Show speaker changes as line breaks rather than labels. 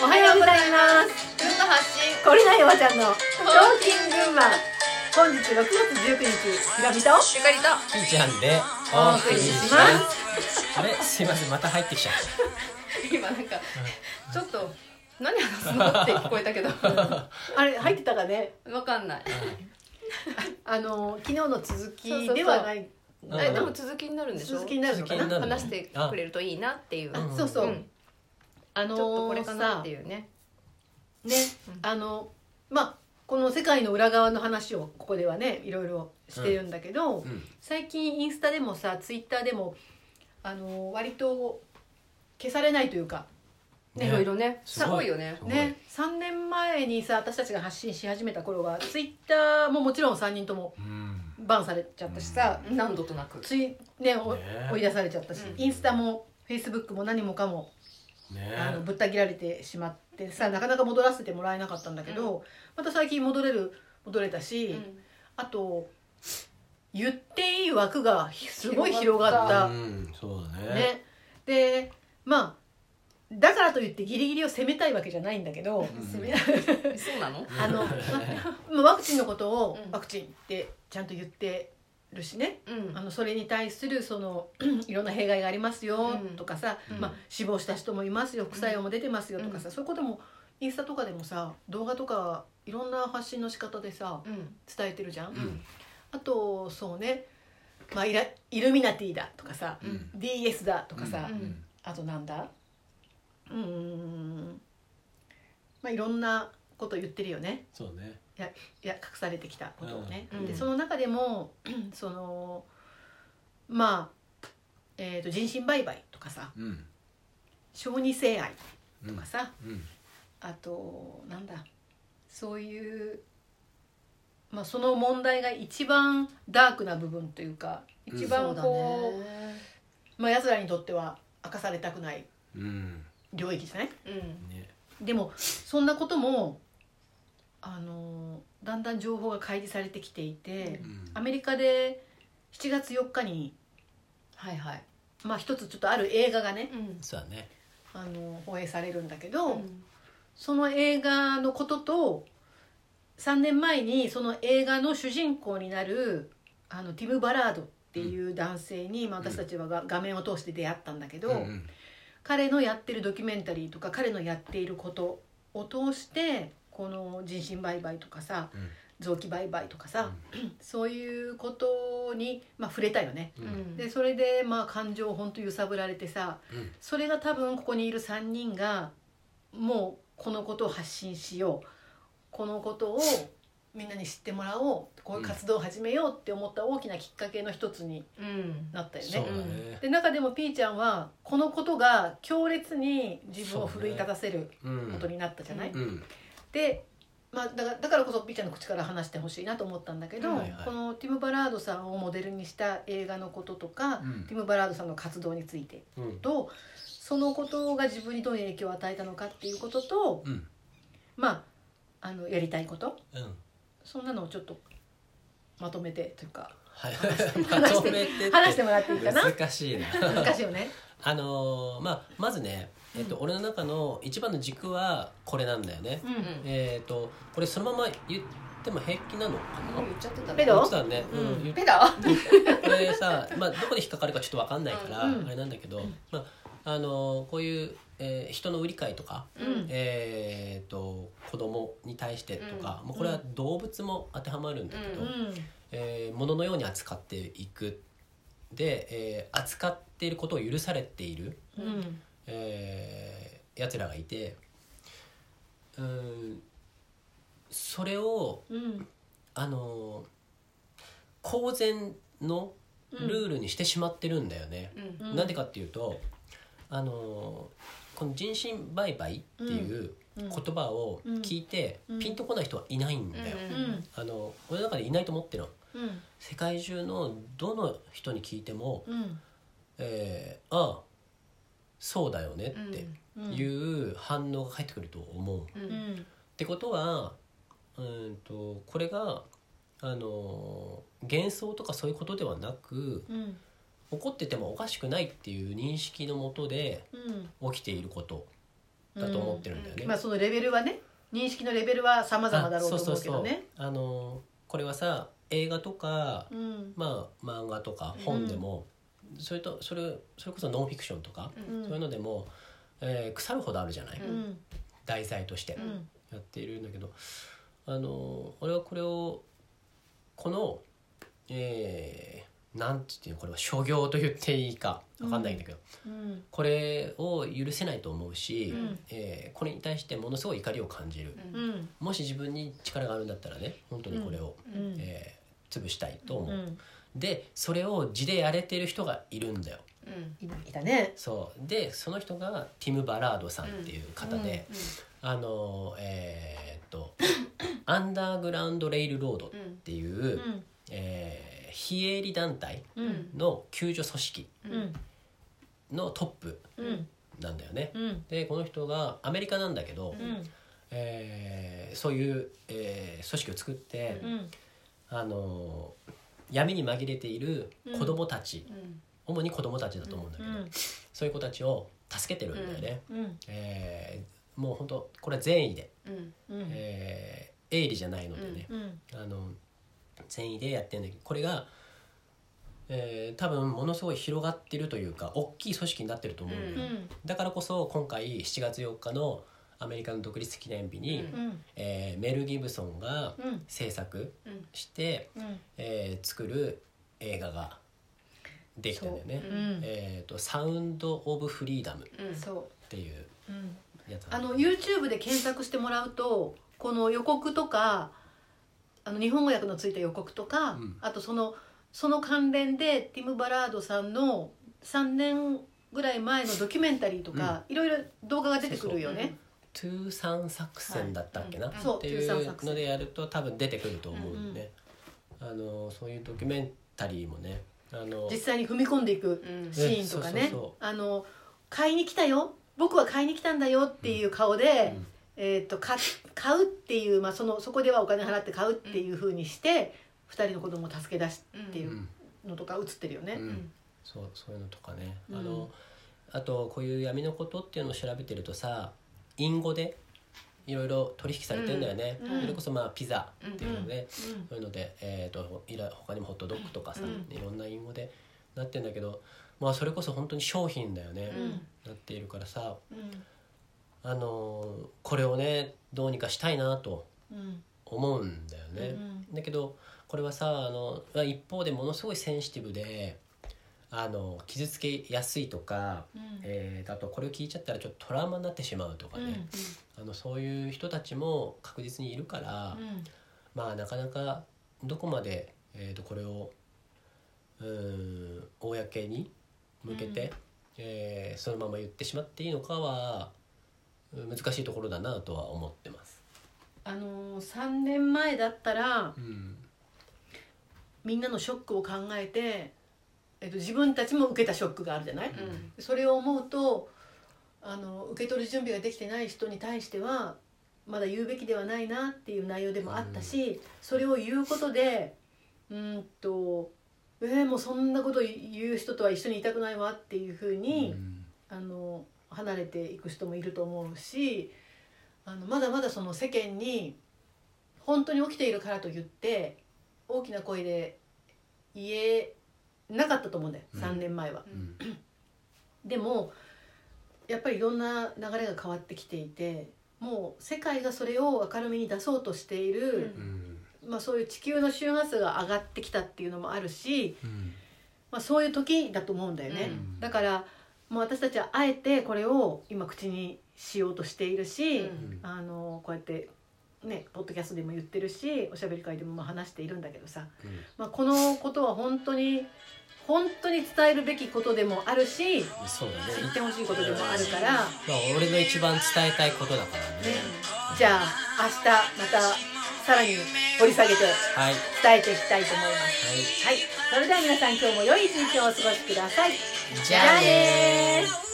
おはようございます
群馬発信
懲りないおばちゃんの「トーキングンマン」本日6月19日ひらみと
ゆかりと
ピーちゃんでお送りします。あれすいませんまた入ってきちゃっ
今なんかちょっと何話すのって聞こえたけど
あれ入ってたかね
わかんない
あの昨日の続
そうそう
き
そう
ではない
た。
えでも続きになるんでしょ
続きになるのか
続きにな
な
る
話してくれるといいなっていう、
あ
あそうそう、
うん
あ
ち
の
ょ
ー
っとこれかなって
さ
いうね
ねあのまあこの世界の裏側の話をここではねいろいろしてるんだけど、
うん
最近インスタでもさツイッターでもあの割と消されないというか
いろいろねす
すごい
ごいよね
すごい
ね、3年前にさ私たちが発信し始めた頃はツイッターももちろん3人とも
うん
バンされちゃったしさ、
何度となく
ついねお
ね
追い出されちゃったし、
うん
インスタもフェイスブックも何もかも、
ね
あのぶった切られてしまってさなかなか戻らせてもらえなかったんだけど、また最近戻れる戻れたし、
うん
あと言っていい枠がすごい広がっ
う
た。
んそうだね。
ね、でまあだからといってギリギリを責めたいわけじゃないんだけど、
うん
すみそうなの
あの、ままワクチンのことを
うん
ワクチンってちゃんと言ってるしね、
うん
あのそれに対するその いろんな弊害がありますよ
うん
とかさ、
うん
まあ、死亡した人もいますよ副作用も出てますよとかさ、そういうこともインスタとかでもさ動画とかいろんな発信の仕方でさ
うん
伝えてるじゃん。
うん
あとそうね、まあ、イライルミナティだとかさ、
うん
DS だとかさ、
うん
あとなんだうーんまあいろんなこと言ってるよね
そうね。
いや隠されてきたことをね、
うん
でその中でも そのまあ、えー、と人身売買とかさ
うん
小児性愛
う
と
ん
かさ、
うん
あとなんだそういう、まあ、その問題が一番ダークな部分というか
うん
一
そ
番
うだ
こう、
ね
まあ、奴らにとっては明かされたくない
うん
領域じゃない
うん
ね
でもそんなこともあのだんだん情報が開示されてきていて
う、ん
アメリカで7月4日に、
はいはい
まあ、一つちょっとある映画がね
うん
そうだね。
あの放映されるんだけど、
うん
その映画のことと3年前にその映画の主人公になるあのティム・バラードっていう男性に、まあ、私たちはが画面を通して出会ったんだけど、
うんうん
彼のやってるドキュメンタリーとか彼のやっていることを通してこの人身売買とかさ
うん
臓器売買とかさ、そういうことに、まあ、触れたよね。
う
うんん
でそれでまあ感情を本当揺さぶられてさ
うん
それが多分ここにいる3人がもうこのことを発信しようこのことをみんなに知ってもらおうこういう活動を始めようって思った大きなきっかけの一つに
うん
なったよね。
そうだね。
で中でもピーちゃんはこのことが強烈に自分を奮い立たせる
うん
ことになったじゃない、
うん
うん
で、まあ、だからだからこそピーちゃんの口から話してほしいなと思ったんだけど、
はいはい
このティム・バラードさんをモデルにした映画のこととか、
うん
ティム・バラードさんの活動について
うん
とそのことが自分にどういう影響を与えたのかっていうことと、
うん
まああのやりたいこと
うん
そんなのをちょっとまとめてというか
はい。
話
ま
し
とめ
て
てって
話してもらっていいかな
難しいな。
難しいよね。
あのーまあまずねえっと俺の中の一番の軸はこれなんだよね。
うん
うん
えっとこれそのまま言っても平気なのかな
もう。言っちゃってたね
ペド
そうだね、う
うん
ん、言っ
ペダ
これさ、 まあ、どこで引っかかるかちょっとわかんないから、
うん
あれなんだけど、まあ、あのこういう、えー人の売り買いとか、
うん
えー、と子供に対してとか、
う
もうこれは動物も当てはまるんだけど、
う
うん
えー物のように扱っていくで、えー扱っていることを許されている、
うん
えー、やつらがいてうんそれを
うん
あの公然のルールにしてしまってるんだよね、
うん
うん
なんでかっていうとあのこの人身売買っていう
うん
言葉を聞いて、
うん
ピンとこない人はいないんだよ、
うん
うん
あの俺の中でいないと思ってるの
うん
世界中のどの人に聞いても
うん
「えーああそうだよね」って
うん
いう反応が返ってくると思う、
う
うんん
ってことはうーんとこれがあの幻想とかそういうことではなく
うん
起こっててもおかしくないっていう認識のもとで
うん
起きていることだと思ってるんだよね。
まあそのレベルはね認識のレベルは様々だろうと思うけどね
あのこれはさ映画とか、
うん
まあ、漫画とか本でも、それとそれそれこそノンフィクションとか、
うん
そういうのでも、えー腐るほどあるじゃない、
う
う
ん
題材として
う、ん
やっているんだけどあの俺はこれをこの、えー、なんていうのこれは所業と言っていいか分かんないんだけ
う
ど、
ん
これを許せないと思うし、
うん
えーこれに対してものすごい怒りを感じる。
うんうん
もし自分に力があるんだったらね本当にこれを、
うんうん
えー潰したいと思う、
うん
でそれを地でやれてる人がいるんだよ
いたね
そうでその人がティム・バラードさんっていう方で、あのえーっと アンダーグラウンド・レイル・ロードっていう、
うん
えー非営利団体
うん
の救助組織
うん
のトップ
うん
なんだよね、
うん
でこの人がアメリカなんだけど、
うん
えーそういう、えー組織を作って、
うん
あの闇に紛れている子供たち、主に子供たちだと思うんだけど、そういう子たちを助けてるんだよね、
うん
えーもう本当これは善意で、
うん
えー営利じゃないのでね、
うん
あの善意でやってんだけどこれが、えー多分ものすごい広がってるというか大きい組織になってると思うんだよ、
う
うん
ん
だからこそ今回7月4日のアメリカの独立記念日に、
うん
うん
えーメル・ギブソンが
うん
制作して、
うん
えー作る映画ができたんだよね
そうう。
ん
えっ、と「サウンド・オブ・フリーダム」っ
そ
ていう
ううん
やつな
あ
んだ
の YouTube で検索してもらうとこの予告とかあの日本語訳のついた予告とか、
うん
あとそのその関連でティム・バラードさんの3年ぐらい前のドキュメンタリーとか、いろいろ動画が出てくるよね。
トゥーサン作戦だったっけな、
はいうん
そう
ってい
トゥーサン
う
作
の
戦
でやると多分出てくると思うんでね、あのそういうドキュメンタリーもねあの
実際に踏み込んでいくシーンとかね、
うんそうそうそ
あの買いに来たよ僕は買いに来たんだよっていう顔で、
うん
えー、とか買うっていう、まあ、そのそこではお金払って買うっていうふうにして、二人の子供を助け出すっていううんのとか映ってるよね。
うんそうそういうのとかね、あ
うん
のあとこういう闇のことっていうのを調べてるとさ隠語でいろいろ取引されてんだよね、
うんうん
それこそまあピザっていうので、
うん
そういうので、えー、といろ他にもホットドッグとかさ、
うん
いろんな隠語でなってんだけど、まあ、それこそ本当に商品だよね、
うん
なっているからさ、
うん
あのーこれをねどうにかしたいなと
うん
思うんだよね。
うん
だけどこれはさあのまあ一方でものすごいセンシティブであの傷つけやすいとか、
うん
えーとあとこれを聞いちゃったらちょっとトラウマになってしまうとか
うん
ね、あのそういう人たちも確実にいるから。
うん
まあなかなかどこまで、えー、とこれをうーん公に向けて、
うん
えーそのまま言ってしまっていいのかはうん難しいところだなとは思ってます。
あのー、3年前だったら
うん
みんなのショックを考えて、えっと、自分たちも受けたショックがあるじゃない、それを思うとあの受け取る準備ができてない人に対してはまだ言うべきではないなっていう内容でもあったし、それを言うことでうーんと「えー、もうそんなこと言う人とは一緒にいたくないわ」っていうふうに、
うん
あの離れていく人もいると思うしあのまだまだその世間に本当に起きているからと言って大きな声で言えなかったと思うんだよ
うん
3年前は。
うん
でもやっぱりいろんな流れが変わってきていてもう世界がそれを明るみに出そうとしている、
うん
まあ、そういう地球の周波数が上がってきたっていうのもあるし、
うん
まあ、そういう時だと思うんだよね。
うん
だからもう私たちはあえてこれを今口にしようとしているし、
うん
あのこうやってねポッドキャストでも言ってるしおしゃべり会でもまあ話しているんだけどさ、
うん
まあ、このことは本当に本当に伝えるべきことでもあるし知
そうだね、
ってほしいことでもあるから
まあ、俺の一番伝えたいことだからね
ねじゃあ明日またさらに掘り下げて
はい、はい、
伝えていきたいと思います。はい、それでは皆さん今日も良い一日をお過ごしください。
じゃあね
ね
ー
ー